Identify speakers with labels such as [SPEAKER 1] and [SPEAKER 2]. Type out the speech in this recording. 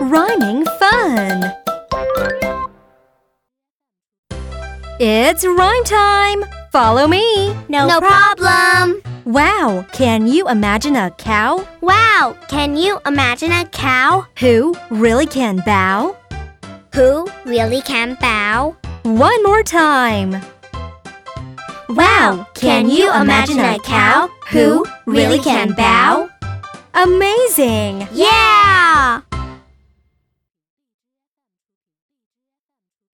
[SPEAKER 1] Rhyming fun! It's rhyme time! Follow me!
[SPEAKER 2] No, problem.
[SPEAKER 1] Wow! Can you imagine a cow
[SPEAKER 2] Wow, can you imagine a cow
[SPEAKER 1] who really can bow?
[SPEAKER 2] who really can bow?
[SPEAKER 1] One more time! Wow! Can you imagine a cow who really can bow? Amazing!
[SPEAKER 2] Yeah!